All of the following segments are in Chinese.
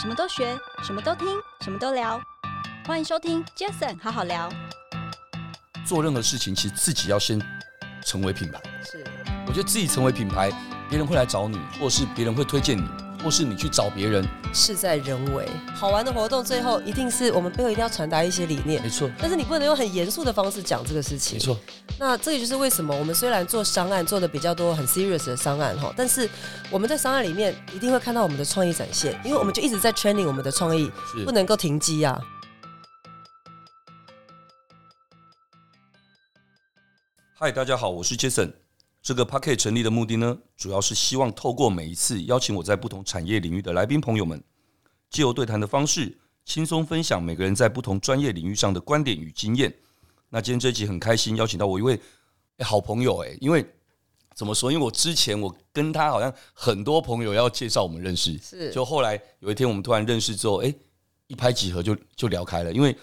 什么都学，什么都听，什么都聊。欢迎收听 Jason 好好聊。做任何事情，其实自己要先成为品牌。是我觉得自己成为品牌，别人会来找你，或是别人会推荐你，或是你去找别人。事在人为，好玩的活动最后一定是我们背后一定要传达一些理念没，错，但是你不能用很严肃的方式讲这个事情没。错，那这个就是为什么我们虽然做商案做的比较多很 serious 的商案哈，但是我们在商案里面一定会看到我们的创意展现，因为我们就一直在 training 我们的创意，是不能够停机啊。嗨，大家好，我是 Jason。这个 Pocket 成立的目的呢，主要是希望透过每一次邀请我在不同产业领域的来宾朋友们，借由对谈的方式，轻松分享每个人在不同专业领域上的观点与经验。那今天这集很开心，邀请到我一位、哎好朋友哎、因为怎么说？因为我之前我跟他好像很多朋友要介绍我们认识，是就后来有一天我们突然认识之后，哎、一拍即合就就聊开了。因为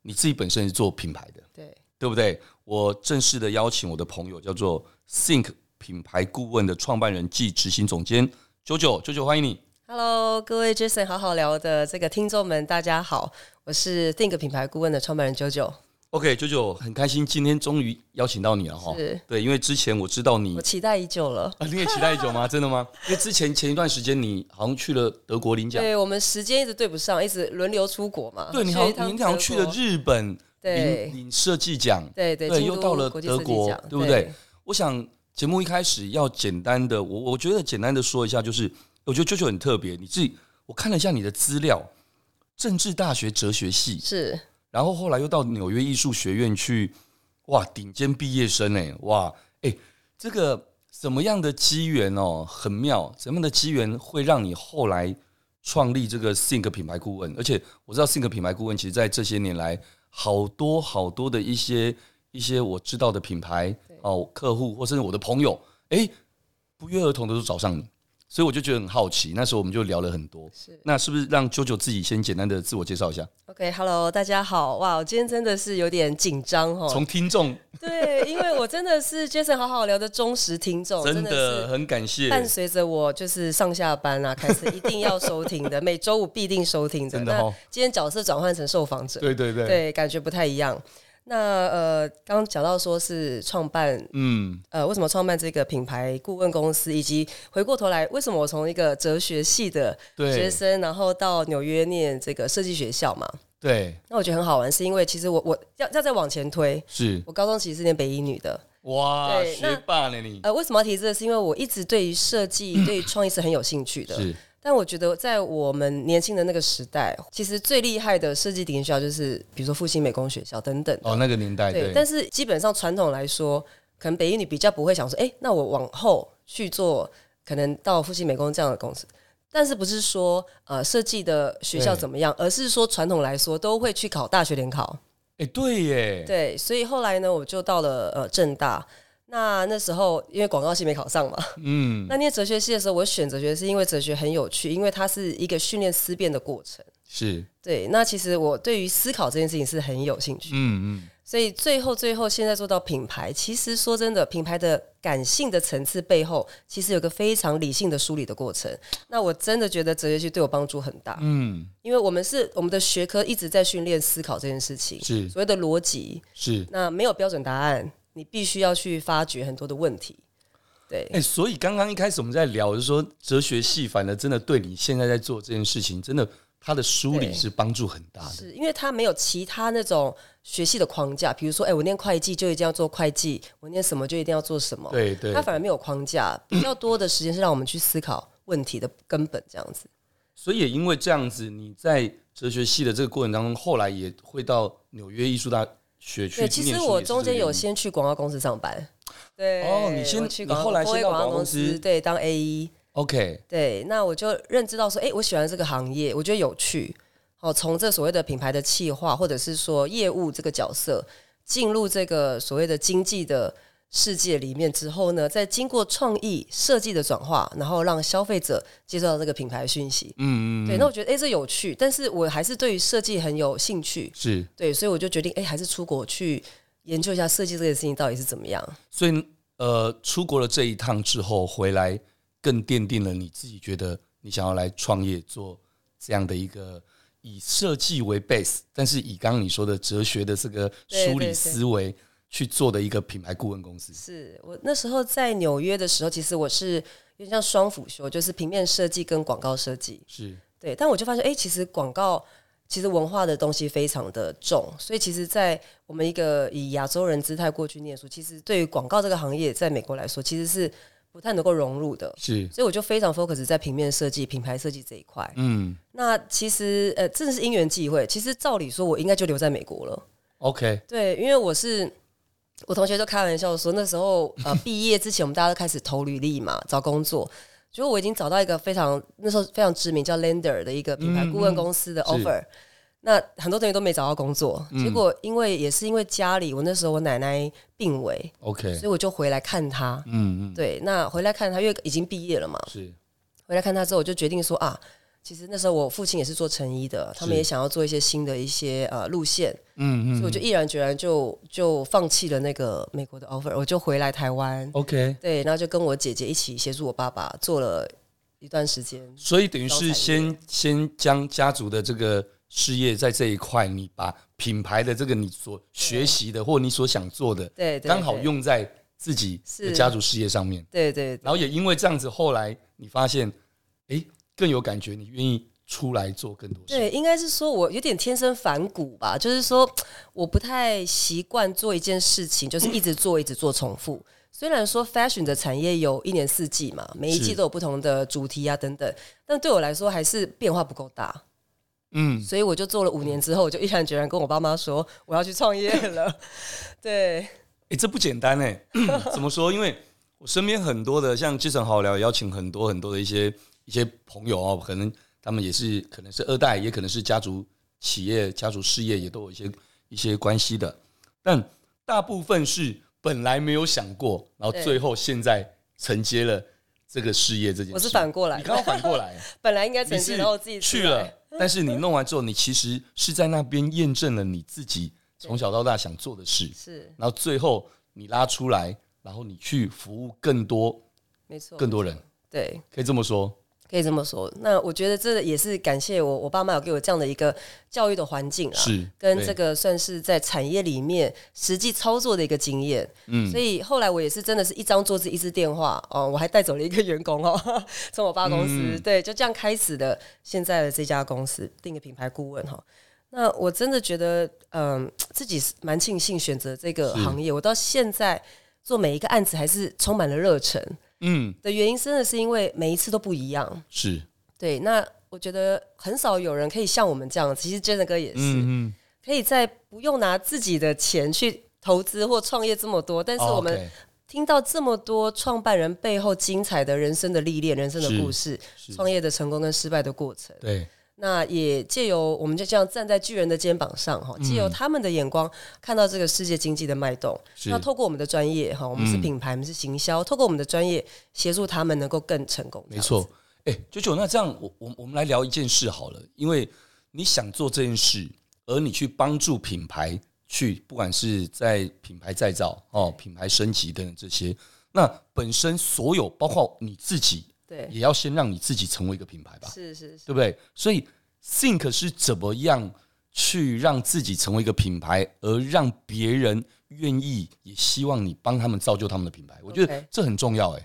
你自己本身是做品牌的，对，对不对？我正式的邀请我的朋友叫做 Think 品牌顾问的创办人暨执行总监九九九九，欢迎你。 Hello，各位 Jason 好好聊的这个听众们，大家好，我是 Think 品牌顾问的创办人九九， OK，九九很开心今天终于邀请到你了哈。是对，因为之前我知道你我，期待已久了。啊、你也期待已久吗？真的吗？因为之前前一段时间你好像去了德国领奖，对我们时间一直对不上，一直轮流出国嘛。对你所好以他像们你好像去了德国，日本领对领设计奖，对对对京又都到了国际德设计国奖对不对？我想节目一开始要简单的，我我觉得简单的说一下，就是我觉得啾啾很特别，你自己我看了一下你的资料，政治大学哲学系，是然后后来又到纽约艺术学院去，哇，顶尖毕业生哎，哇，哎，这个什么样的机缘哦，很妙，什么样的机缘会让你后来创立这个 Think 品牌顾问？而且我知道 Think 品牌顾问其实在这些年来，好多好多的一些一些我知道的品牌哦，客户或甚至我的朋友，哎，不约而同的都找上你。所以我就觉得很好奇，那时候我们就聊了很多。是那是不是让啾啾自己先简单的自我介绍一下？ OK，Hello，、大家好，哇，我今天真的是有点紧张哦。从听众对，因为我真的是 Jason 好好聊的忠实听众，真哦真的是很感谢，伴随着我就是上下班啊，开始一定要收听 的，每周五必定收听的。真的哦那今天角色转换成受访者，对对对，对，感觉不太一样。那呃，刚刚讲到说是创办嗯，呃，为什么创办这个品牌顾问公司，以及回过头来，为什么我从一个哲学系的对学生，然后到纽约念这个设计学校嘛？对，那我觉得很好玩，是因为其实我我要要再往前推，是我高中其实是念北一女的。哇，对那学霸呢你，呃，为什么要提这个？是因为我一直对于设计、对于创意是很有兴趣的。是但我觉得在我们年轻的那个时代，其实最厉害的设计顶尖学校就是比如说复兴美工学校等等的。哦，那个年代对，对，但是基本上传统来说，可能北一女比较不会想说，哎、那我往后去做，可能到复兴美工这样的公司。但是不是说呃设计的学校对怎么样，而是说传统来说都会去考大学联考。哎，对耶，对，所以后来呢，我就到了呃正大。那那时候因为广告系没考上嘛，嗯， 那念哲学系的时候，我选哲学是因为哲学很有趣，因为它是一个训练思辨的过程。是，对，那其实我对于思考这件事情是很有兴趣。嗯嗯，所以最后最后，现在做到品牌，其实说真的，品牌的感性的层次背后，其实有个非常理性的梳理的过程。那我真的觉得哲学系对我帮助很大，嗯，因为我们是我们的学科一直在训练思考这件事情，是所谓的逻辑，是，那没有标准答案，你必须要去发掘很多的问题。对，哎，所以刚刚一开始我们在聊，就是说哲学系反而真的对你现在在做这件事情，真的它的梳理对是帮助很大的，是因为它没有其他那种学系的框架，比如说，哎、我念会计就一定要做会计，我念什么就一定要做什么。对对嗯它，反而没有框架，比较多的时间是让我们去思考问题的根本，这样子。所以也因为这样子，你在哲学系的这个过程当中，后来也会到纽约艺术大学去对，念其书。实也我是这中间个有原因先去广告公司上班。对，哦你先我去你广告后来国先威到广广告告公公司司，对，当 A E 一， OK，对，那我就认知到说，哎、我喜欢这个行业，我觉得有趣。哦，从这所谓的品牌的企划，或者是说业务这个角色，进入这个所谓的经济的世界里面之后呢，再经过创意设计的转化，然后让消费者接受到这个品牌的讯息，嗯嗯，对，那我觉得哎、诶这有趣，但是我还是对于设计很有兴趣，是。对，所以我就决定哎、诶还是出国去研究一下设计这件事情到底是怎么样。所以呃，出国了这一趟之后回来，更奠定了你自己觉得你想要来创业做这样的一个以设计为 base，但是以刚刚你说的哲学的这个对梳对理对思维去做的一个品牌顾问公司。是我那时候在纽约的时候，其实我是有点像双辅修，就是平面设计跟广告设计。是对，但我就发现，哎、其实广告其实文化的东西非常的重，所以其实，在我们一个以亚洲人姿态过去念书，其实对于广告这个行业，在美国来说，其实是不太能够融入的。是，所以我就非常 focus 在平面设计、品牌设计这一块。嗯那其实，呃，真的是因缘际会。其实照理说，我应该就留在美国了。 ，OK，对，因为我是我同学就开玩笑说，那时候呃毕业之前，我们大家都开始投履历嘛，找工作。结果我已经找到一个非常那时候非常知名叫 Lender 的一个品牌顾问公司嗯的嗯是 offer，、那很多同学都没找到工作。嗯结果因为也是因为家里，我那时候我奶奶病危， OK，所以我就回来看她。嗯嗯，对，那回来看她，因为已经毕业了嘛，是回来看他之后，我就决定说啊，其实那时候我父亲也是做成衣的，他们是也想要做一些新的一些呃路线，嗯嗯，所以我就毅然决然就就放弃了那个美国的 offer，我就回来台湾， OK。对，然后就跟我姐姐一起协助我爸爸做了一段时间，所以等于招是财先先将家族的这个事业在这一块，你把品牌的这个你所学习的或你所想做的，对，对刚好，用在自己的是家族事业上面。对对对然后也因为这样子，后来你发现，哎，更有感觉，你愿意出来做更多事。对，应该是说我有点天生反骨吧，就是说我不太习惯做一件事情，就是一直做一直做重复。虽然说 fashion 的产业有一年四季嘛，每一是季都有不同的主题啊等等，但对我来说还是变化不够大，嗯，所以我就做了五年之后，我就毅然决然跟我爸妈说我要去创业了。 对，哎，这不简单 哎。怎么说？因为我身边很多的，像基层好聊，也邀请很多很多的一些一些朋友哦，可能他们也是可能是二代，也可能是家族企业、家族事业也都有一些一些关系的。但大部分是本来没有想过，然后对最后现在承接了这个事业这件事。我是反过来你刚好反过 来。本来应该成你绩，是然后自己出去来了，但是你弄完之后，你其实是在那边验证了你自己从小到大想做的事，是然后最后你拉出来，然后你去服务更多没错，更多人，对。可以这么说。可以这么说。那我觉得这也是感谢我，我爸妈有给我这样的一个教育的环境啊，是跟对这个算是在产业里面实际操作的一个经验。嗯，所以后来我也是真的是一张桌子一支电话哦，我还带走了一个员工哦， 从我爸公司、嗯对，就这样开始的现在的这家公司定个品牌顾问哈、那我真的觉得，嗯，自己是蛮庆幸选择这个是行业。我到现在做每一个案子还是充满了热忱嗯，的原因，真的是因为每一次都不一样。是，对，那我觉得很少有人可以像我们这样，其实 Jason 哥也是，嗯嗯，可以在不用拿自己的钱去投资或创业这么多，但是我们哦 OK，听到这么多创办人背后精彩的人生的历练、人生的是故事、是创业的成功跟失败的过程，对，那也借由我们就这样站在巨人的肩膀上哈，借由他们的眼光看到这个世界经济的脉动。嗯是那透过我们的专业哈，我们是嗯品牌，我们是行销，透过我们的专业协助他们能够更成功。没错。哎、九九，那这样我我我们来聊一件事好了，因为你想做这件事，而你去帮助品牌去，不管是在品牌再造哦、品牌升级等等这些，那本身所有包括你自己，这样子，也要先让你自己成为一个品牌吧对，，是是是。对不对？所以 Think 是怎么样去让自己成为一个品牌，而让别人愿意也希望你帮他们造就他们的品牌？我觉得 OK 这很重要、哎，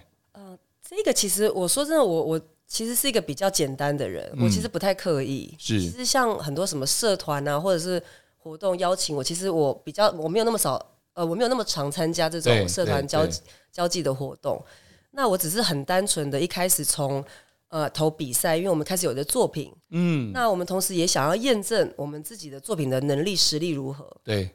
这个其实我说真的，我我其实是一个比较简单的人，我其实不太刻意。嗯是其实像很多什么社团啊，或者是活动邀请我，其实我比较我没有那么少，呃，我没有那么常参加这对种社团对交对交际的活动。那我只是很单纯的，一开始从呃投比赛，因为我们开始有的作品，嗯，那我们同时也想要验证我们自己的作品的能力实力如何。对，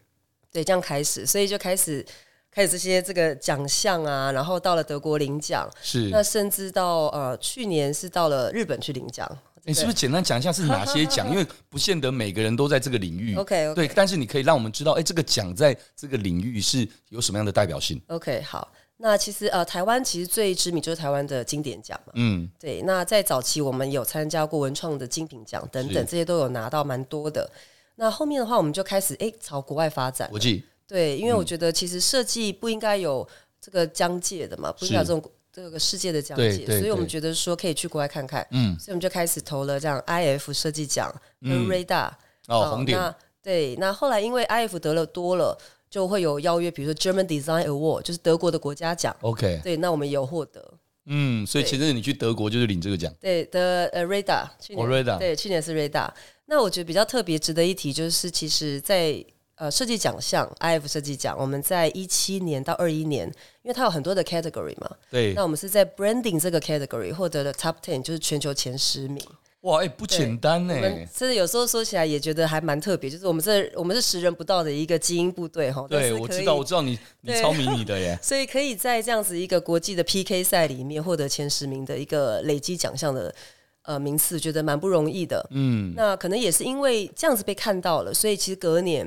对，这样开始，所以就开始开始这些这个奖项啊，然后到了德国领奖，是。那甚至到呃去年是到了日本去领奖，你是不是简单讲一下是哪些 奖？因为不见得每个人都在这个领域。 OK，OK 嗯对，但是你可以让我们知道，哎、这个奖在这个领域是有什么样的代表性？ OK 好。那其实呃，台湾其实最知名就是台湾的经典奖嘛。嗯，对，那在早期我们有参加过文创的精品奖等等，是这些都有拿到蛮多的。那后面的话，我们就开始诶朝国外发展。国际嗯对，因为我觉得其实设计不应该有这个疆界的嘛，不应该有这种这个世界的讲解对，对所以我们对觉得说可以去国外看看，嗯，所以我们就开始投了这样 IF 设计奖跟嗯 Radar、哦，红点，那对，那后来因为 IF 得了多了，就会有邀约，比如说 German Design Award，就是德国的国家奖。 ，OK，对，那我们也有获得。嗯，所以前阵子你去德国就是领这个奖，对的，呃，Radar，去哦年、 ，Radar 对，去年是 Radar。那我觉得比较特别、值得一提，就是其实在呃设计奖项 IF 设计奖，我们在一七年到二一年，因为它有很多的 category 嘛，对那，我们是在 branding 这个 category 获得了 top ten，就是全球前十名。哇，哎，不简单呢我，们真的有时候说起来也觉得还蛮特别，就是我们这我们是十人不到的一个精英部队哈。但对，是我可知以道，我知 道你你对超迷你的 ，耶所以可以在这样子一个国际的 PK 赛里面获得前十名的一个累积奖项的呃名次，觉得蛮不容易的。嗯，那可能也是因为这样子被看到了，所以其实隔年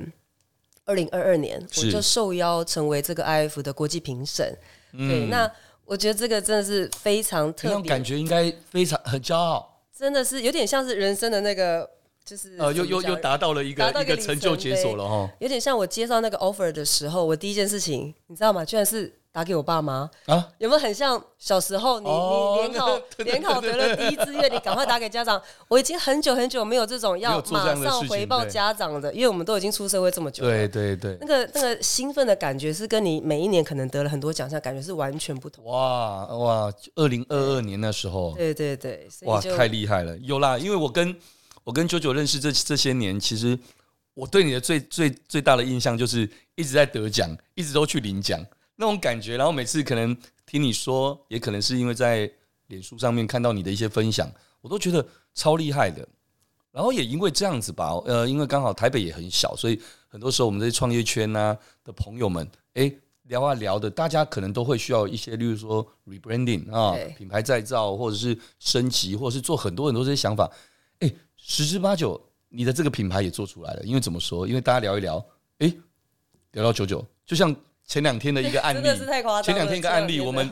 二零二二年我是就受邀成为这个 IF 的国际评审。对，嗯那我觉得这个真的是非常那特种别，感觉应该非常很骄傲，真的是有点像是人生的那个，就是呃，又又怎么又讲达到了一个达到一一个个成就解锁了哈有点像我接到那个 offer 的时候，我第一件事情，你知道吗？居然是打给我爸妈，啊，有没有很像小时候你、哦你联考 对对对联考得了第一志愿，你赶快打给家长？我已经很久很久没有这种没有要做这马样的事情上回报对家长的，因为我们都已经出社会这么久了。嗯对对对那，个那个兴奋的感觉是跟你每一年可能得了很多奖项，感觉是完全不同。哇哇，二零二二年那时候，对对对，所哇，以就太厉害了！有啦，因为我跟我跟九九认识这这些年，其实我对你的最最最大的印象就是一直在得奖，一直都去领奖那种感觉。然后每次可能听你说，也可能是因为在脸书上面看到你的一些分享，我都觉得超厉害的。然后也因为这样子吧，呃，因为刚好台北也很小，所以很多时候我们这些创业圈啊的朋友们，哎，聊啊聊的，大家可能都会需要一些，例如说 rebranding 啊对，品牌再造，或者是升级，或者是做很多很多这些想法。哎，十之八九，你的这个品牌也做出来了。因为怎么说？因为大家聊一聊，哎，聊到九九，就像前两天的一个案 真例的是，太夸张了。前两天一个案例我们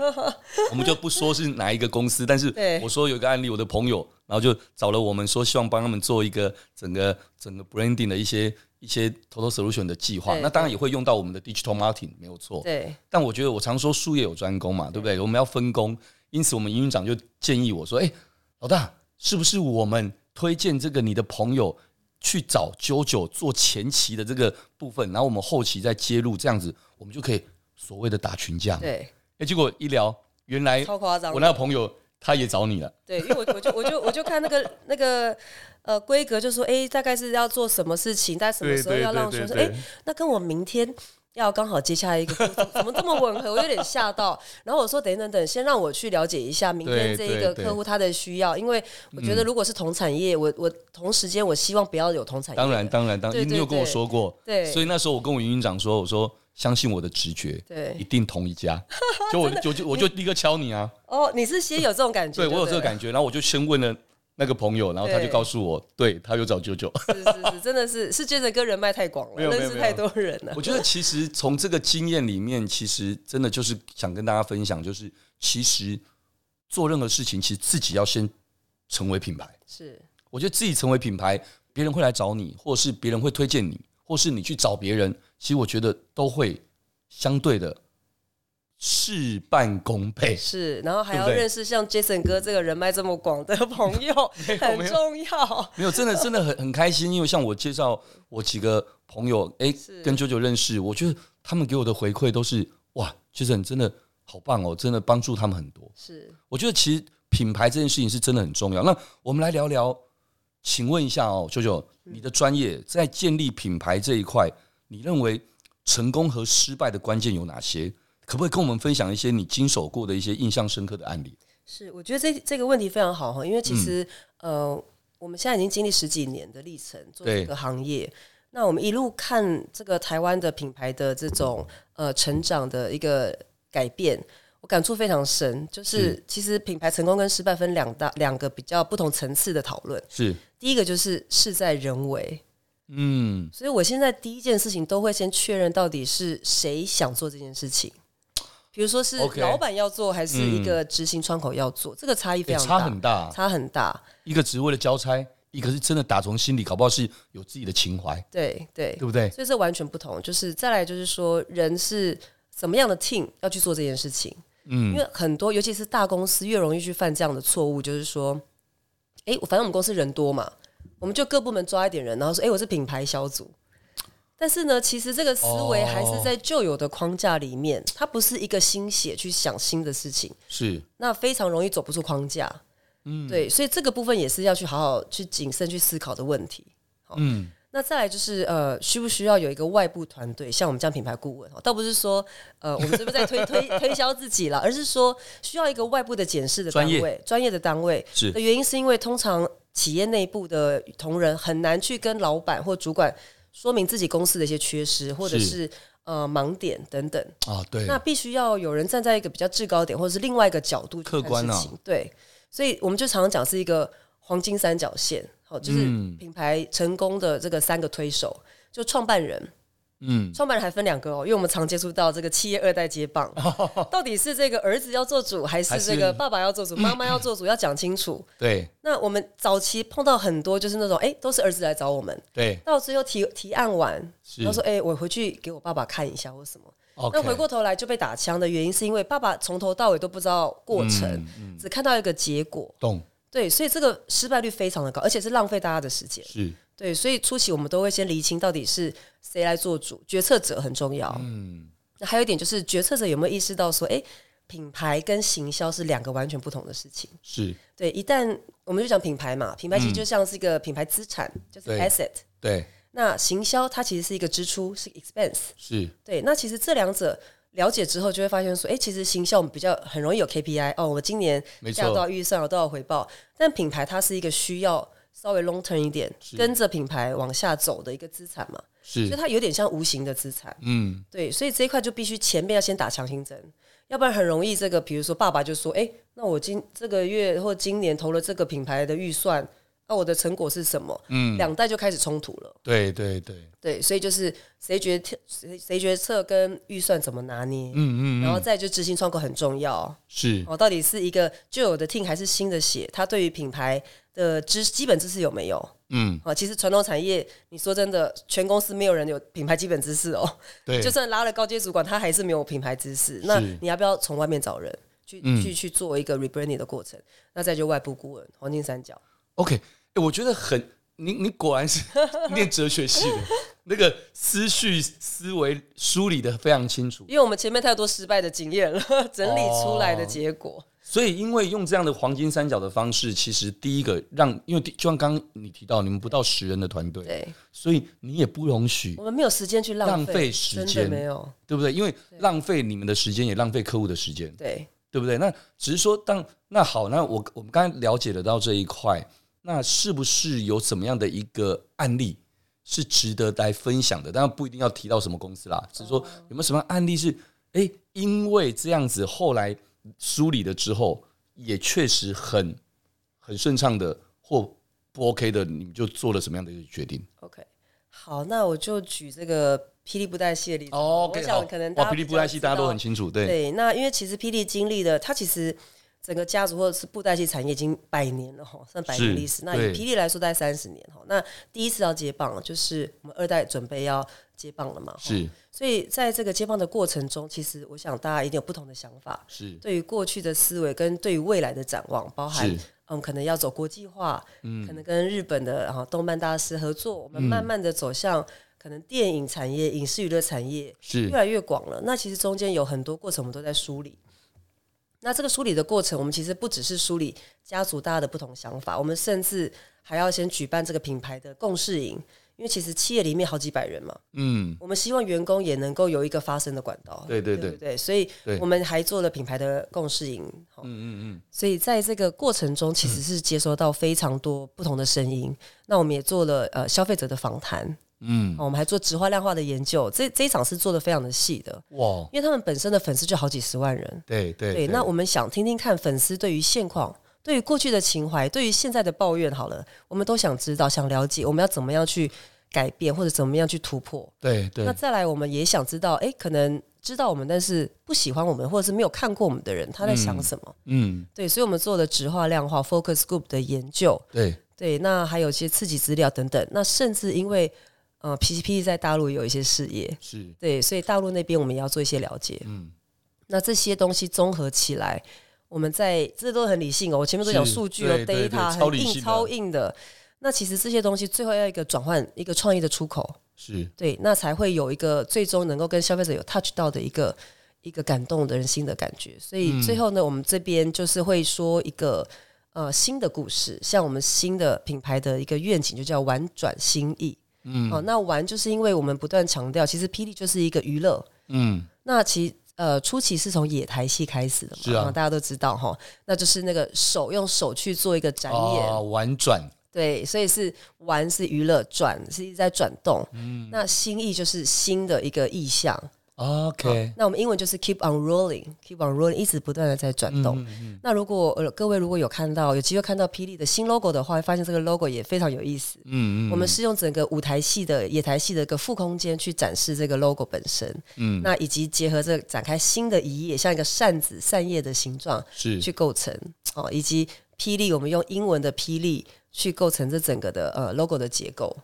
我们就不说是哪一个公司，但是对我说有一个案例，我的朋友，然后就找了我们说，希望帮他们做一个整个整个 branding 的一些一些 total solution 的计划。对那当然也会用到我们的 digital marketing，没有错。 对但我觉得我常说术业有专攻嘛，对不对？我们要分工，因此我们营运长就建议我说：“哎，老大，是不是我们推荐这个你的朋友去找九九做前期的这个部分，然后我们后期再接入，这样子我们就可以所谓的打群架嘛。” 对，哎，结果一聊，原来超夸张哎我。那个朋友他也找你了，对，因为我我就我就我就看那个那个呃规格，就说哎、诶大概是要做什么事情，大概什么时候要让学生，哎、那跟我明天要刚好接下来一个工作，怎么这么吻合？我有点吓到。然后我说等一等等，先让我去了解一下明天这对一个对嗯客户他的需要，因为我觉得如果是同产业，我我同时间我希望不要有同产业的，当然当然当对然，对你有跟我对说过，对所以那时候我跟我营运长说，我说相信我的直觉，一对定同一 家，就我就就我就立刻敲你啊，哦，你是先有这种感觉，对我有这个觉。感觉，然后我就先问了那个朋友，然后他就对告诉我，对他有找舅 舅。是是是，真的是是 Jason 哥人脉太广没有了，没有认没识有太多人了我。觉得其实从这个经验里面，其实真的就是想跟大家分享，就是其实做任何事情，其实自己要先成为品牌。是我觉得自己成为品牌，别人会来找你，或是别人会推荐你，或是你去找别人，其实我觉得都会相对的事半功倍。是，然后还对不要对认识像 Jason 哥这个人脉这么广的朋 友，很重要。没有，真的真的很很开心，因为像我介绍我几个朋友，哎、是跟九九认识，我觉得他们给我的回馈都是哇，其实你真的好棒哦，真的帮助他们很多。是我觉得其实品牌这件事情是真的很重要。那我们来聊聊，请问一下哦，九九，嗯你的专业在建立品牌这一块，你认为成功和失败的关键有哪些？可不可以跟我们分享一些你经手过的一些印象深刻的案例？是，我觉得这这个问题非常好哈，因为其实、嗯呃，我们现在已经经历十几年的历程做对这个行业，那我们一路看这个台湾的品牌的这种呃成长的一个改变。我感触非常深，就是是其实品牌成功跟失败分两大两个比较不同层次的讨论。是，第一个就是事在人为，嗯，所以我现在第一件事情都会先确认到底是谁想做这件事情，比如说是 OK 老板要做，还是一个执行窗口要做，这个差异非也常欸差大，很大，啊差很大。一个只是为了交差，一个是真的打从心里，搞不好是有自己的情怀，对对对，不对？所以这完全不同。就是再来就是说，人是什么样的 team 要去做这件事情，因为很多，尤其是大公司，越容易去犯这样的错误，就是说，哎，我反正我们公司人多嘛，我们就各部门抓一点人，然后说，哎，我是品牌小组。但是呢，其实这个思维还是在旧有的框架里面，它不是一个新血去想新的事情，是那非常容易走不出框架。嗯，对，所以这个部分也是要去好好去谨慎去思考的问题。哦嗯那再来就是呃，需不需要有一个外部团队，像我们这样品牌顾问？哦倒不是说呃，我们这边 在推推推销自己啦，而是说需要一个外部的检视的单专业位，专业的单位。是的原因是因为通常企业内部的同仁很难去跟老板或主管说明自己公司的一些缺失，或者是是呃盲点等等。啊，对，那必须要有人站在一个比较制高点，或者是另外一个角度去看客观啊事情。对，所以我们就常常讲是一个黄金三角线，好，就是嗯品牌成功的这个三个推手，就创办人，嗯创办人还分两个哦，因为我们常接触到这个企业二代 接棒，到底是这个儿子要做主，还还是是这个爸爸要 做主，妈妈要做主，要讲清楚。对那我们早期碰到很多就是那种，哎、都是儿子来找我们，对到最后提提案完，是他说，哎、我回去给我爸爸看一下或什么。 ，OK，那回过头来就被打枪的原因，是因为爸爸从头到尾都不知道过程，嗯只看到一个结果。懂对，所以这个失败率非常的高，而且是浪费大家的时间。是对，所以初期我们都会先厘清到底是谁来做主，决策者很重要。嗯那还有一点就是，决策者有没有意识到说，诶，品牌跟行销是两个完全不同的事情。是对，一旦我们就讲品牌嘛，品牌其实就像是一个品牌资产，就是嗯对 asset。对那行销它其实是一个支出，是 expense。是对，那其实这两者了解之后，就会发现说，哎，其实行销我们比较很容易有 KPI 哦，我今年没下多少错预算，有多少回报。但品牌它是一个需要稍微 long term 一点，是跟着品牌往下走的一个资产嘛，所以是它有点像无形的资产。嗯对，所以这一块就必须前面要先打强心针，要不然很容易这个，比如说爸爸就说，哎，那我今这个月或今年投了这个品牌的预算，那、我的成果是什么？嗯两代就开始冲突了。对对对对，所以就是谁决策谁谁决策跟预算怎么拿捏，嗯嗯然后再就执行窗口很重要是哦，到底是一个旧有的 team 还是新的血，它对于品牌的知基本知识有没有？嗯哦，其实传统产业，你说真的，全公司没有人有品牌基本知识哦，对就算拉了高阶主管，他还是没有品牌知识。那你要不要从外面找人去、嗯去去做一个 rebranding 的过程？那再就外部顾问，黄金三角。 OK，、欸、我觉得很，你你果然 是念哲学系的，那个思绪思维梳理的非常清楚。因为我们前面太多失败的经验了， 整理出来的哦结果。所以，因为用这样的黄金三角的方式，其实第一个让，因为第就像刚刚你提到，你们不到十人的团队，对。所以你也不容许我，们没有时间去浪浪费时真间的没有。对不对？因为浪费你们的时间，也浪费客户的时间。对，对不对？那只是说，当那好，那我我们刚才了解得到这一块，那是不是有怎么样的一个案例是值得来分享的？当然不一定要提到什么公司啦，只是说有没有什么案例是，诶，因为这样子后来梳理了之后，也确实很很顺畅的或不 OK 的，你们就做了什么样的一个决定 OK，好，那我就举这个霹雳布袋戏的例子。 ？OK，我好想可能大哇，家霹雳布袋戏大家都很清楚，楚哦对，对，那因为其实霹雳经历了，它其实整个家族或者是布袋戏产业已经百年了哈，算百是年历史。那以对霹雳来说，大概三十年哈。那第一次要接棒，就是我们二代准备要接棒了嘛。齁是所以在这个接棒的过程中，其实我想大家一定有不同的想法，是对于过去的思维跟对于未来的展望，包含是嗯，可能要走国际化，嗯可能跟日本的啊动漫大师合作，我们慢慢的走向可能电影产业、影视娱乐产业是越来越广了。那其实中间有很多过程，我们都在梳理。那这个梳理的过程，我们其实不只是梳理家族大家的不同想法，我们甚至还要先举办这个品牌的共事营，因为其实企业里面好几百人嘛，嗯，我们希望员工也能够有一个发声的管道。对对对对不，对，所以对我们还做了品牌的共事营。好嗯嗯嗯，所以在这个过程中，其实是接收到非常多不同的声音。那我们也做了呃消费者的访谈，嗯，哦我们还做直化量化的研究。这这一场是做的非常的细的，哇，因为他们本身的粉丝就好几十万人。对对对，那我们想听听看粉丝对于现况、对于过去的情怀、对于现在的抱怨，好了，我们都想知道、想了解，我们要怎么样去改变，或者怎么样去突破。对对那再来，我们也想知道，诶，可能知道我们，但是不喜欢我们，或者是没有看过我们的人，他在想嗯什么？嗯，对，所以我们做了直化、量化、focus group 的研究，对，对，那还有一些刺激资料等等。那甚至因为呃 PCP 在大陆有一些事业，是，对，所以大陆那边我们也要做一些了解。嗯，那这些东西综合起来，我们在这都很理性哦。我前面都讲是数据哦对对对，data 超很理性的硬超硬的。那其实这些东西最后要一个转换，一个创意的出口，是对，那才会有一个最终能够跟消费者有 touch 到的一个一个感动人心的感觉。所嗯以最后呢，我们这边就是会说一个呃新的故事，像我们新的品牌的一个愿景就叫“玩转心意”。嗯，好、那玩就是因为我们不断强调，其实霹雳就是一个娱乐，嗯，那其呃初期是从野台戏开始的嘛，哦是啊大家都知道哈，那就是那个手用手去做一个展演，啊，婉转对，所以是玩是娱乐，转是一直在转动，那新意就是新的一个意象， ，OK，那我们英文就是 keep on rolling，keep on rolling，一直不断的在转动。那如果呃各位如果有看到有机会看到霹雳的新 logo 的话，会发现这个 logo 也非常有意思。嗯我们是用整个舞台戏的野台戏的一个副空间去展示这个 logo 本身，嗯嗯，那以及结合这展开新的一页，像一个扇子扇叶的形状是去构成，哦，以及霹雳，我们用英文的霹雳去构成这整个的呃 logo 的结构，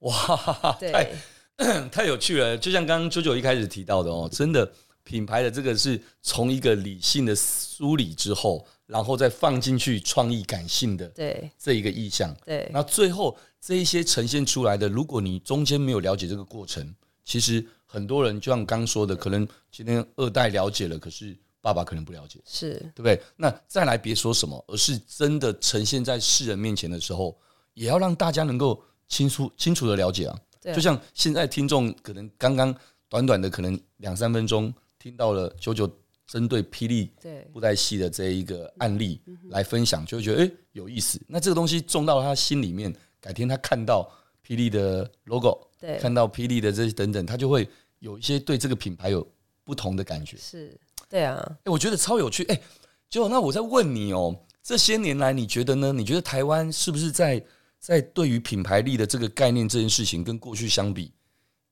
哇，哈哈对，太太有趣了。就像刚刚九九一开始提到的哦，真的品牌的这个是从一个理性的梳理之后，然后再放进去创意感性的对这一个意向。对那最后这一些呈现出来的，如果你中间没有了解这个过程，其实很多人就像刚说的，可能今天二代了解了，可是爸爸可能不了解，是对不对？那再来别说什么，而是真的呈现在世人面前的时候，也要让大家能够清楚清楚的了解啊。对啊就像现在听众可能刚刚短短的可能两三分钟听到了九九针对霹雳对布袋戏的这一个案例来分享，就会觉得诶有意思。那这个东西种到他心里面，改天他看到霹雳的 logo，对看到霹雳的这些等等，他就会有一些对这个品牌有不同的感觉。是，对啊，哎、我觉得超有趣。哎、结果那我再问你哦，这些年来你觉得呢？你觉得台湾是不是在在对于品牌力的这个概念这件事情，跟过去相比，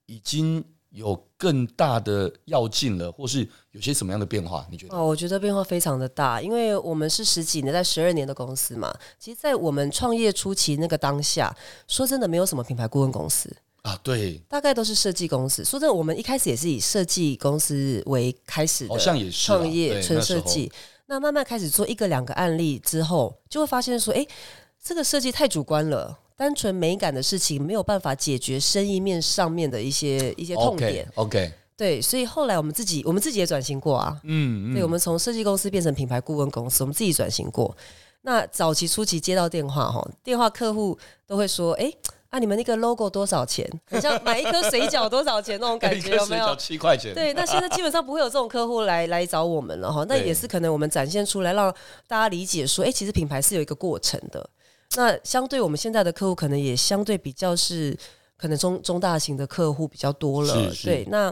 已经有更大的要进了，或是有些什么样的变化？你觉得？哦，我觉得变化非常的大，因为我们是十几年，在十二年的公司嘛。其实，在我们创业初期那个当下，说真的，没有什么品牌顾问公司，啊，对，大概都是设计公司。说真的，我们一开始也是以设计公司为开始好的像也是啊创业，对纯那时设候计。那慢慢开始做一个两个案例之后，就会发现说，诶，这个设计太主观了。单纯美感的事情没有办法解决生意面上面的一些一些痛点 OK OK，对，所以后来我们自己我们自己也转型过啊，嗯对，我们从设计公司变成品牌顾问公司，我们自己转型过。那早期初期接到电话哈，电话客户都会说：“哎、啊，你们那个 logo 多少钱？很像买一颗水饺多少钱那种 感一 觉，颗有水没饺有？”七块钱，对，那现在基本上不会有这种客户来来找我们了哈。那对也是可能我们展现出来，让大家理解说，哎、其实品牌是有一个过程的。那相对我们现在的客户，可能也相对比较是可能中中大型的客户比较多了。是是对，那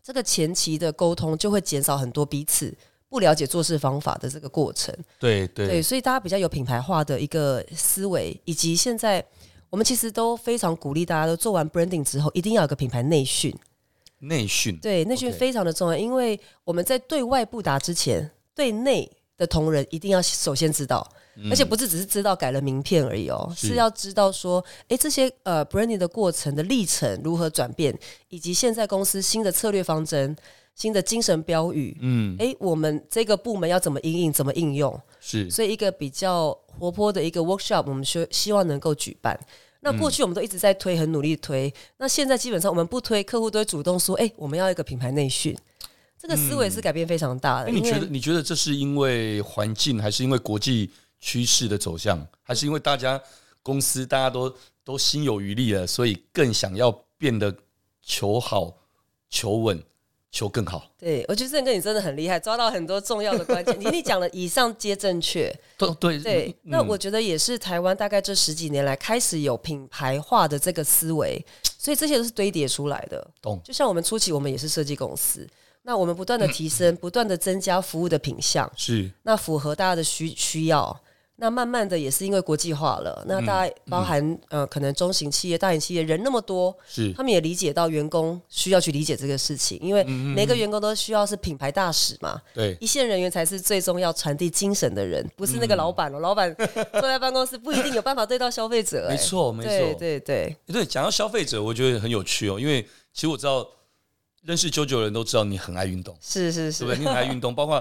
这个前期的沟通就会减少很多彼此不了解做事方法的这个过程。对对对，所以大家比较有品牌化的一个思维，以及现在我们其实都非常鼓励大家都做完 branding 之后，一定要有个品牌内训。内训，对，内训 OK 非常的重要，因为我们在对外不达之前，对内的同仁一定要首先知道，嗯而且不是只是知道改了名片而已哦，是是要知道说，诶，这些呃 branding 的过程的历程如何转变，以及现在公司新的策略方针、新的精神标语，嗯，诶，我们这个部门要怎么应应、怎么应用，是所以一个比较活泼的一个 workshop，我们希希望能够举办。那嗯过去我们都一直在推，很努力推。那现在基本上我们不推，客户都会主动说：“哎、我们要一个品牌内训。”这个思维是改变非常大的。哎，因你为觉得你觉得这是因为环境，还是因为国际趋势的走向，还是因为大家公司大家都都心有余力了，所以更想要变得求好、求稳、求更好？对我觉得郑哥你真的很厉害，抓到很多重要的关键。你你讲了以上皆正确，对对嗯对。那我觉得也是台湾大概这十几年来开始有品牌化的这个思维，所以这些都是堆叠出来的。懂嗯就像我们初期，我们也是设计公司，那我们不断的提升，不断的增加服务的品项。是那符合大家的需需要。那慢慢的也是因为国际化了，那大嗯家包含、呃，可能中型企业、大型企业人那么多，是嗯他们也理解到员工需要去理解这个事情，因为每个员工都需要是品牌大使嘛。对一线人员才是最终要传递精神的人，不是那嗯个老板哦。老板 坐在办公室不一定有办法对到消费者、哎没错没错对对对，对，讲到消费者，我觉得很有趣哦，因为其实我知道认识九九的人都知道你很爱运动，是是是对不对？你很爱运动，包括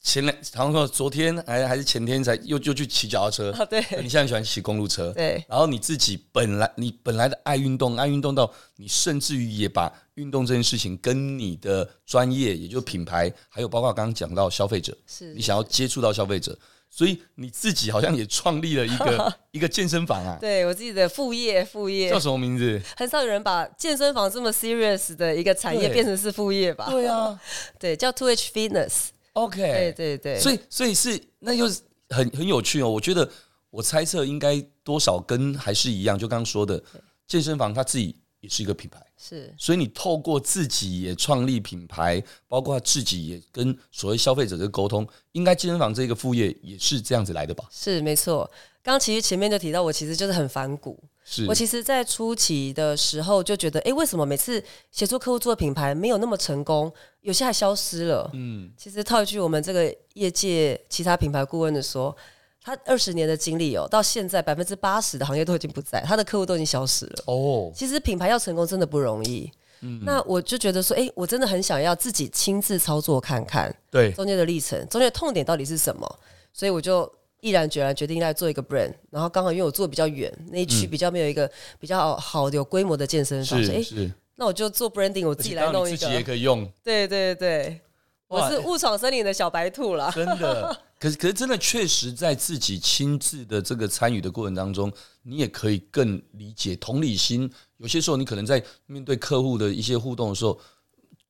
前两，好像说昨天还还是前天才又又去骑脚踏车，啊， 对你现在喜欢骑公路车，对，然后你自己本来你本来的爱运动，爱运动到你甚至于也把运动这件事情跟你的专业，也就是品牌，还有包括刚刚讲到消费者，是你想要接触到消费者，所以你自己好像也创立了一 个一个健身房啊，对我自己的副业，副业叫什么名字？很少有人把健身房这么 serious 的一个产业对变成是副业吧？对啊对，叫 Two H Fitness。 ，OK，对对对，所以所以是那又是很很有趣哦。我觉得我猜测应该多少跟还是一样，就刚刚说的健身房，它自己也是一个品牌，是所以你透过自己也创立品牌，包括自己也跟所谓消费者的沟通，应该健身房这个副业也是这样子来的吧？是没错。刚其实前面就提到，我其实就是很反骨。是我其实，在初期的时候就觉得，哎，为什么每次协助客户做品牌没有那么成功，有些还消失了？嗯，其实套一句我们这个业界其他品牌顾问的说，他二十年的经历哦，到现在百分之八十的行业都已经不在，他的客户都已经消失了。哦，其实品牌要成功真的不容易。嗯那我就觉得说，哎、我真的很想要自己亲自操作看看对，中间的历程，中间的痛点到底是什么，所以我就毅然决然决定来做一个 brand。然后刚好因为我做比较远，那一区比较没有一个比较好的有规模的健身房，所以哎、嗯是是，那我就做 branding，我自己来弄而且刚好一你自己也个。可以用，对对对，哇我是误闯森林的小白兔 啦。真的。可是，可是，真的确实在自己亲自的这个参与的过程当中，你也可以更理解同理心。有些时候，你可能在面对客户的一些互动的时候，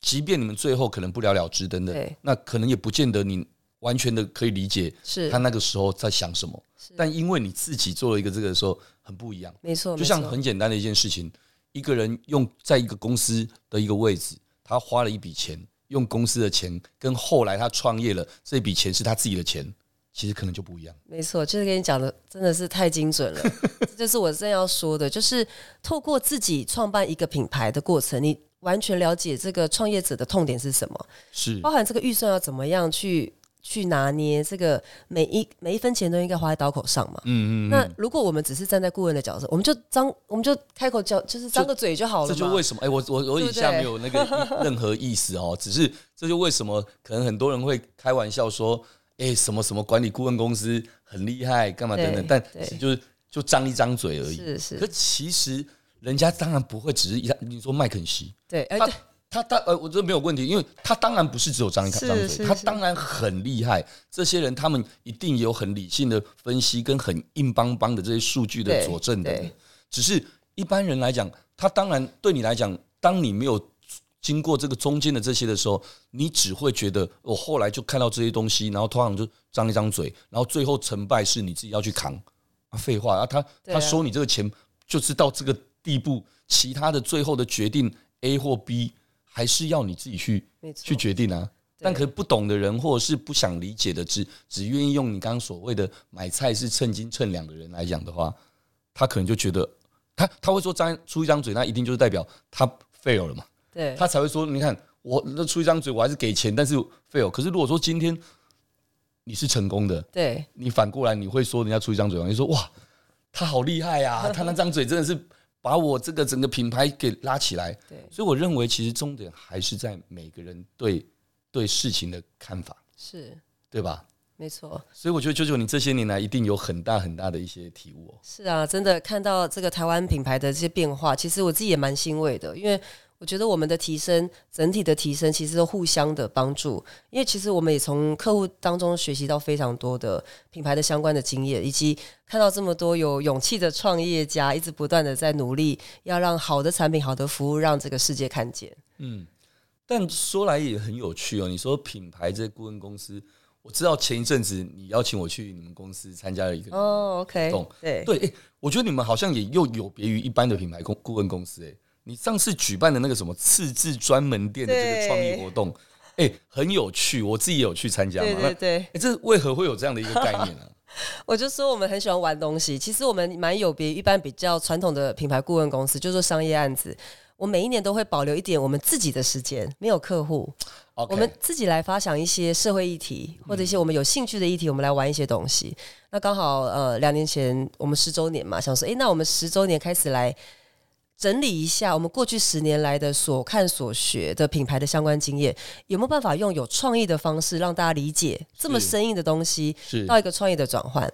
即便你们最后可能不了了之等等对，那可能也不见得你完全的可以理解是他，那个时候在想什么。但因为你自己做了一个这个的时候，很不一样。没错，就像没错很简单的一件事情，一个人用在一个公司的一个位置，他花了一笔钱，用公司的钱，跟后来他创业了，这笔钱是他自己的钱，其实可能就不一样。没错，就是跟你讲的真的是太精准 了，这就是我正要说的，就是透过自己创办一个品牌的过程，你完全了解这个创业者的痛点是什么，是包含这个预算要怎么样去去拿捏，这个每一每一分钱都应该花在刀口上嘛。嗯那如果我们只是站在顾问的角色，我们就张我们就开口叫，就是张个嘴就好了这嘛。就为什么哎、我我我对以不下对没有那个意任何意思哦，只是这就为什么可能很多人会开玩笑说，哎、什么什么管理顾问公司很厉害，干嘛等等，对但对其实就是就张一张嘴而已。是可是，其实人家当然不会只是一张，你说麦肯锡，对，哎、他对，他当呃，我这没有问题，因为他当然不是只有张一是张嘴，是他是当然很厉害。这些人他们一定有很理性的分析跟很硬邦邦的这些数据的对佐证的对。只是一般人来讲，他当然对你来讲，当你没有经过这个中间的这些的时候，你只会觉得我后来就看到这些东西，然后通常就张一张嘴，然后最后成败是你自己要去扛。啊，废话啊，他对他啊收你这个钱就是到这个地步，其他的最后的决定 A 或 B 还是要你自己去没去错，决定啊。对但可是不懂的人，或者是不想理解的，只只愿意用你刚刚所谓的买菜是称斤称两的人来讲的话，他可能就觉得他他会说张出一张嘴，那一定就是代表他 fail 了嘛，对，他才会说你看我那出一张嘴，我还是给钱，但是 fail。可是如果说今天你是成功的，对，你反过来你会说人家出一张嘴吗？你说哇，他好厉害呀、他那张嘴真的是把我这个整个品牌给拉起来。对所以我认为其实重点还是在每个人对对事情的看法，是对吧？没错。所以我觉得九九，你这些年来一定有很大很大的一些体悟哦。是啊，真的看到这个台湾品牌的这些变化，其实我自己也蛮欣慰的，因为我觉得我们的提升，整体的提升，其实都互相的帮助。因为其实我们也从客户当中学习到非常多的品牌的相关的经验，以及看到这么多有勇气的创业家，一直不断的在努力，要让好的产品、好的服务让这个世界看见。嗯，但说来也很有趣哦。你说品牌这顾问公司，我知道前一阵子你邀请我去你们公司参加了一个哦，OK，懂对对，哎、我觉得你们好像也又有别于一般的品牌公顾问公司、哎，你上次举办的那个什么次制专门店的这个对创意活动，哎、很有趣，我自己也有去参加嘛。对那对对。哎这为何会有这样的一个概念呢、我就说我们很喜欢玩东西，其实我们蛮有别于一般比较传统的品牌顾问公司，就是说商业案子。我每一年都会保留一点我们自己的时间，没有客户 o k 我们自己来发想一些社会议题或者一些我们有兴趣的议题，我们来玩一些东西。那刚好呃，两年前我们十周年嘛，想说，诶，那我们十周年开始来整理一下我们过去十年来的所看所学的品牌的相关经验，有没有办法用有创意的方式让大家理解这么是生硬的东西是到一个创意的转换？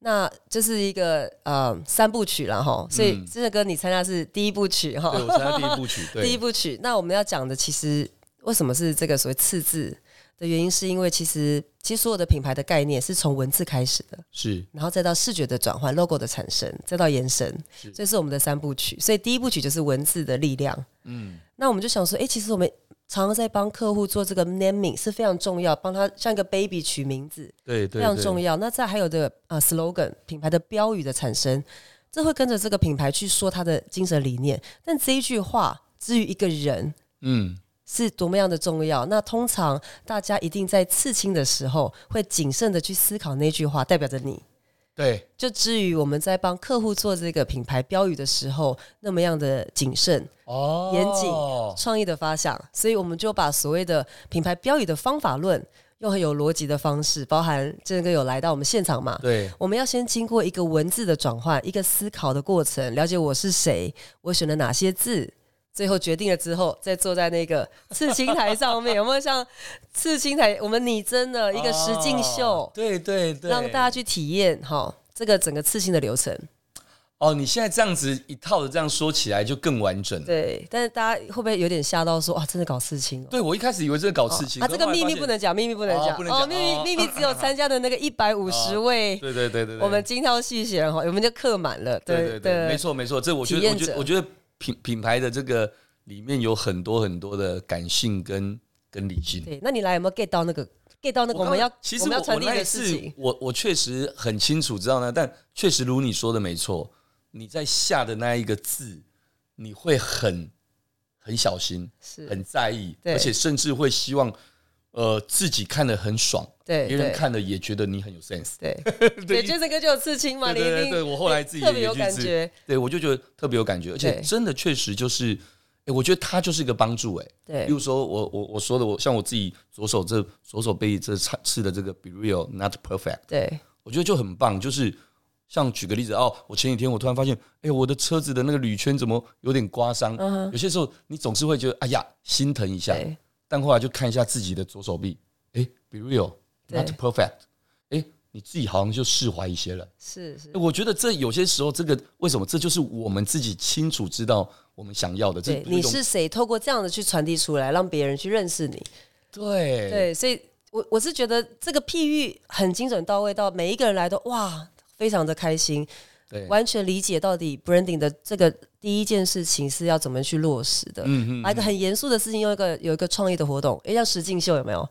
那这是一个呃三部曲了哈，所以嗯这哥你参加的是第一部曲哈，对我参加第一部曲，对， 第一部曲。那我们要讲的，其实为什么是这个所谓次字的原因，是因为其实其实所有的品牌的概念是从文字开始的，是然后再到视觉的转换、logo 的产生，再到延伸，这是我们的三部曲。所以第一部曲就是文字的力量。嗯，那我们就想说，诶，其实我们常常在帮客户做这个 naming 是非常重要，帮他像一个 baby 取名字，对对，非常对重要。那再还有的啊、呃 slogan 品牌的标语的产生，这会跟着这个品牌去说它的精神理念。但这一句话至于一个人嗯，是多么样的重要，那通常大家一定在刺青的时候会谨慎的去思考那句话代表着你。对，就至于我们在帮客户做这个品牌标语的时候，那么样的谨慎、哦，严谨创意的发想，所以我们就把所谓的品牌标语的方法论，用很有逻辑的方式，包含这个有来到我们现场嘛，对，我们要先经过一个文字的转换，一个思考的过程，了解我是谁，我选了哪些字，最后决定了之后，再坐在那个刺青台上面，有 没有像刺青台我们拟真的一个实境秀哦，对对对，让大家去体验哈这个整个刺青的流程？哦，你现在这样子一套的这样说起来就更完整了。对，但是大家会不会有点吓到说哇，真的搞刺青、哦？对，我一开始以为这个搞刺青啊，这个秘密可是后不。来发现能讲，秘密不能哦讲，不能讲秘密哦秘密只有参加的那个一百五 十位，对对对对，对我们精挑细选哈，我们就刻满了，对对对，没错没错，这我觉体得我验觉得者我觉得品品牌的这个里面有很多很多的感性跟跟理性。对，那你来有没有 get 到那个 get 到那个我们刚要其实我们要传递那的一事次情？我我确实很清楚知道呢，但确实如你说的没错，你在下的那一个字，你会很很小心，是，很在意，对而且甚至会希望呃自己看得很爽，对别人对看了也觉得你很有 sense。对对， 对就是哥就有刺青嘛，对你一对对定对我后来自己特别也有去感刺觉，对，我就觉得特别有感觉，而且对真的确实就是，哎、我觉得它就是一个帮助、诶对比如说我我我说的，我像我自己左手这左手被这刺刺的这个 be real not perfect，对我觉得就很棒。就是像举个例子哦，我前几天我突然发现，哎、我的车子的那个铝圈怎么有点刮伤？嗯哼有些时候你总是会觉得哎呀心疼一下，对但后来就看一下自己的左手臂，哎、b e real 对 not perfect，哎、你自己好像就释怀一些了。是是欸，我觉得这有些时候，这个为什么？这就是我们自己清楚知道我们想要的。这对，不你一种是谁？透过这样的去传递出来，让别人去认识你。对哎对，所以我我是觉得这个譬喻很精准到位，到每一个人来都哇，非常的开心，对，完全理解到底 branding 的这个第一件事情是要怎么去落实的。嗯把一个很严肃的事情，用一个有一个创意的活动，诶，像实境秀有 没有？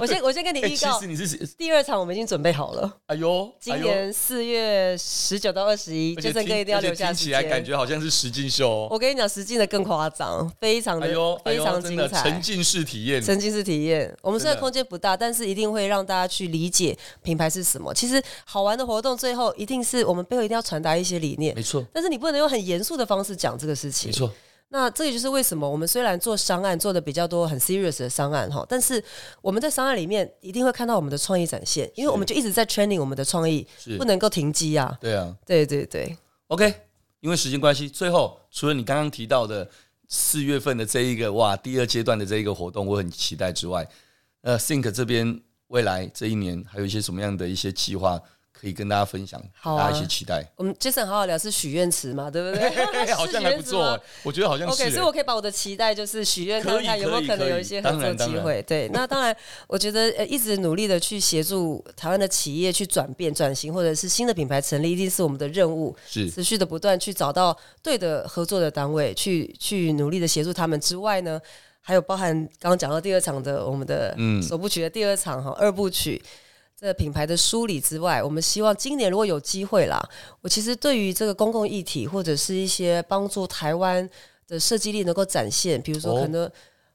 我先我先跟你欸预其告实，你是第二场我们已经准备好了，哎呦，今哎呦年四月十九到二十一，而就且正哥听一定要而且留下听时起来感间。觉好像是实境秀哦。我跟你讲，实境的更夸张，非常的、哎呦，哎非呦，常真精的沉彩。浸式体验。沉浸式体验，我们虽然真的空间不大，但是一定会让大家去理解品牌是什么。其实好玩的活动，最后一定是我们背后一定要传达一些理念没，错，但是你不能用很严肃的方式讲这个事情没。错，那这也就是为什么我们虽然做商案做的比较多很 serious 的商案哈，但是我们在商案里面一定会看到我们的创意展现，因为我们就一直在 training 我们的创意，是不能够停机啊。对啊。对对对， OK，因为时间关系，最后除了你刚刚提到的四月份的这一个哇第二阶段的这一个活动，我很期待之外，呃，Think 这边未来这一年还有一些什么样的一些计划可以跟大家分享，好啊大家一起期待。我们 Jason 好好聊是许愿池嘛，对不对？哎 是好像许还愿不池啊错、吗欸，我觉得好像是、 OK，欸。所以我可以把我的期待就是许愿，可以看看有没可以有可能可以有一些合当作然当机然会。对，那当然，我觉得呃一直努力的去协助台湾的企业去转变、转型，或者是新的品牌成立，一定是我们的任务。哎是持续的不断去找到对的合作的单位，去去努力的协助他们之外呢，还有包含刚刚讲到第二场的我们的嗯首部曲的第二场哈、二部曲。这品牌的梳理之外，我们希望今年如果有机会啦，我其实对于这个公共议题或者是一些帮助台湾的设计力能够展现，比如说哦可能、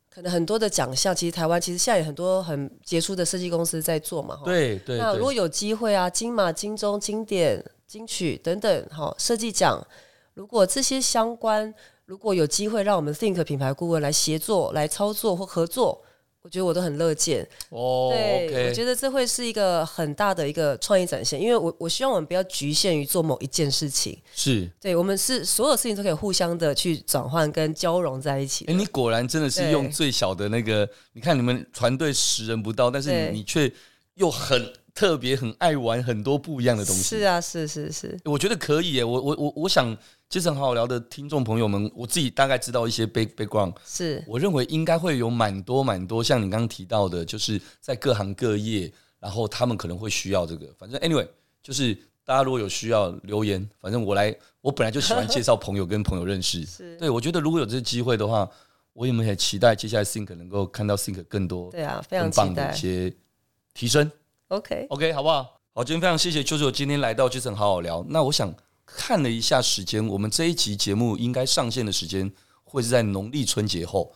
可能很多的奖项，其实台湾其实现在有很多很杰出的设计公司在做嘛，哈，对对那如果对，有机会啊，金马、金钟、金典、金曲等等，好、设计奖，如果这些相关，如果有机会让我们 Think 品牌顾问来协作、来操作或合作，我觉得我都很乐见。哦对我，OK，觉得这会是一个很大的一个创意展现，因为我我希望我们不要局限于做某一件事情，是。对我们是所有事情都可以互相的去转换跟交融在一起哎、。你果然真的是对用最小的那个，你看你们团队十人不到，但是对你你却又很特别，很爱玩很多不一样的东西。是啊，是是是，我觉得可以耶，我我我我想，杰森好好聊的听众朋友们，我自己大概知道一些 back background，是我认为应该会有蛮多蛮多，像你刚刚提到的，就是在各行各业，然后他们可能会需要这个。反正 anyway，就是大家如果有需要留言，反正我来，我本来就喜欢介绍朋友跟朋友认 识。是，对，我觉得如果有这个机会的话，我们也期待接下来 Think 能够看到 Think 更多对啊，非常更期棒的待一。些提升。 OK， OK，好不好？好，今天非常谢谢啾啾今天来到 Jason 好好聊。那我想看了一下时间，我们这一集节目应该上线的时间会是在农历春节后。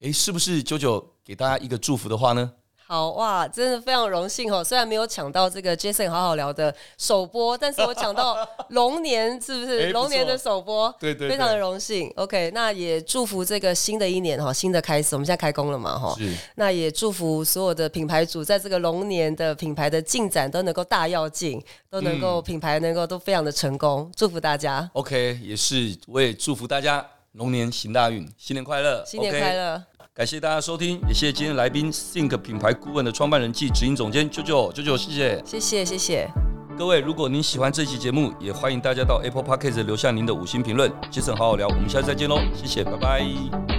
诶，是不是啾啾给大家一个祝福的话呢？好哇，真的非常荣幸哦。虽然没有抢到这个 Jason 好好聊的首播，但是我抢到龙年，是哎不不是？错龙年的首播，对对对非常的荣幸。OK，那也祝福这个新的一年哈，新的开始，我们现在开工了嘛哈。是那也祝福所有的品牌主在这个龙年的品牌的进展都能够大跃进，都能够、品牌能够都非常的成功，祝福大家 OK，也是我也祝福大家龙年行大运，新年快乐，新年快 o 乐 k 感谢大家收听，也谢谢今天来宾 Think 品牌顾问的创办人暨执行总监啾啾啾啾，谢谢。谢谢谢谢，各位，如果您喜欢这期节目，也欢迎大家到 Apple Podcast 留下您的五星评论。杰森好好聊，我们下次再见喽，谢谢，拜拜。